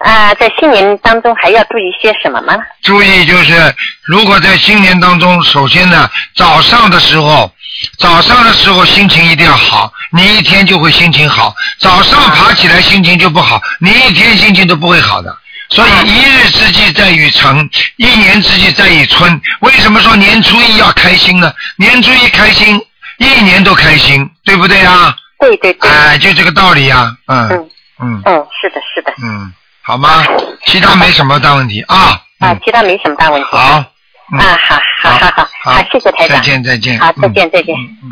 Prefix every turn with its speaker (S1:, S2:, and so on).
S1: 啊，在新年当中还要注意些什么吗？
S2: 注意就是，如果在新年当中，首先呢，早上的时候，早上的时候心情一定要好，你一天就会心情好。早上爬起来心情就不好，你一天心情都不会好的。所以一日之计在于晨，一年之计在于春。为什么说年初一要开心呢？年初一开心，一年都开心，对不对啊？
S1: 对对对，
S2: 哎，就这个道理呀、嗯
S1: 嗯
S2: 嗯
S1: 嗯，是的，是的，
S2: 嗯，好吗？其他没什么大问题啊。
S1: 啊
S2: 嗯，，
S1: 其他没什么大问题。
S2: 好。嗯
S1: 啊，好，好好好，
S2: 好
S1: 好，谢谢台长
S2: 再。见，再见。
S1: 好，再见，再见。
S2: 嗯嗯。嗯